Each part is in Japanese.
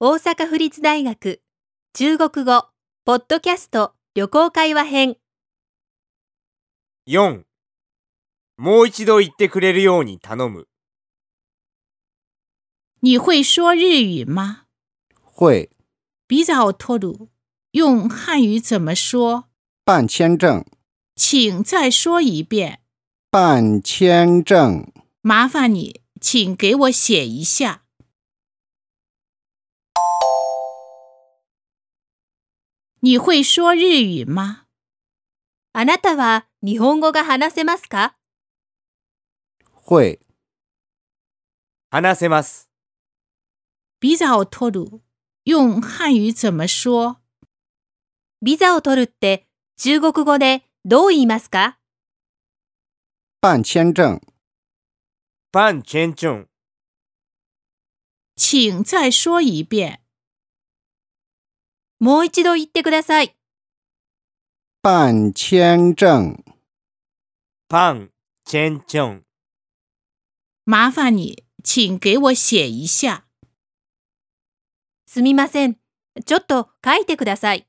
大阪府立大学中国語ポッドキャスト旅行会話編4もう一度言ってくれるように頼む你会说日语吗？会比早托鲁，用汉语怎么说？办签证，请再说一遍。办签证。麻烦你，请给我写一下。你会说日语吗？あなたは日本語が話せますか会話せます比早托鲁，用汉语怎么说？ビザを取るって中国語でどう言いますか办签证，パンチェンチョン请再说一遍。もう一度言ってください。办签证。パンチェンチョン麻烦你，请给我写一下。すみません。ちょっと書いてください。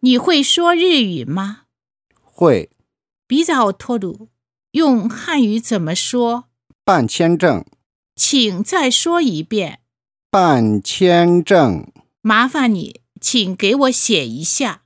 你会说日语吗？会比早托鲁，用汉语怎么说？办签证，请再说一遍。办签证。麻烦你，请给我写一下。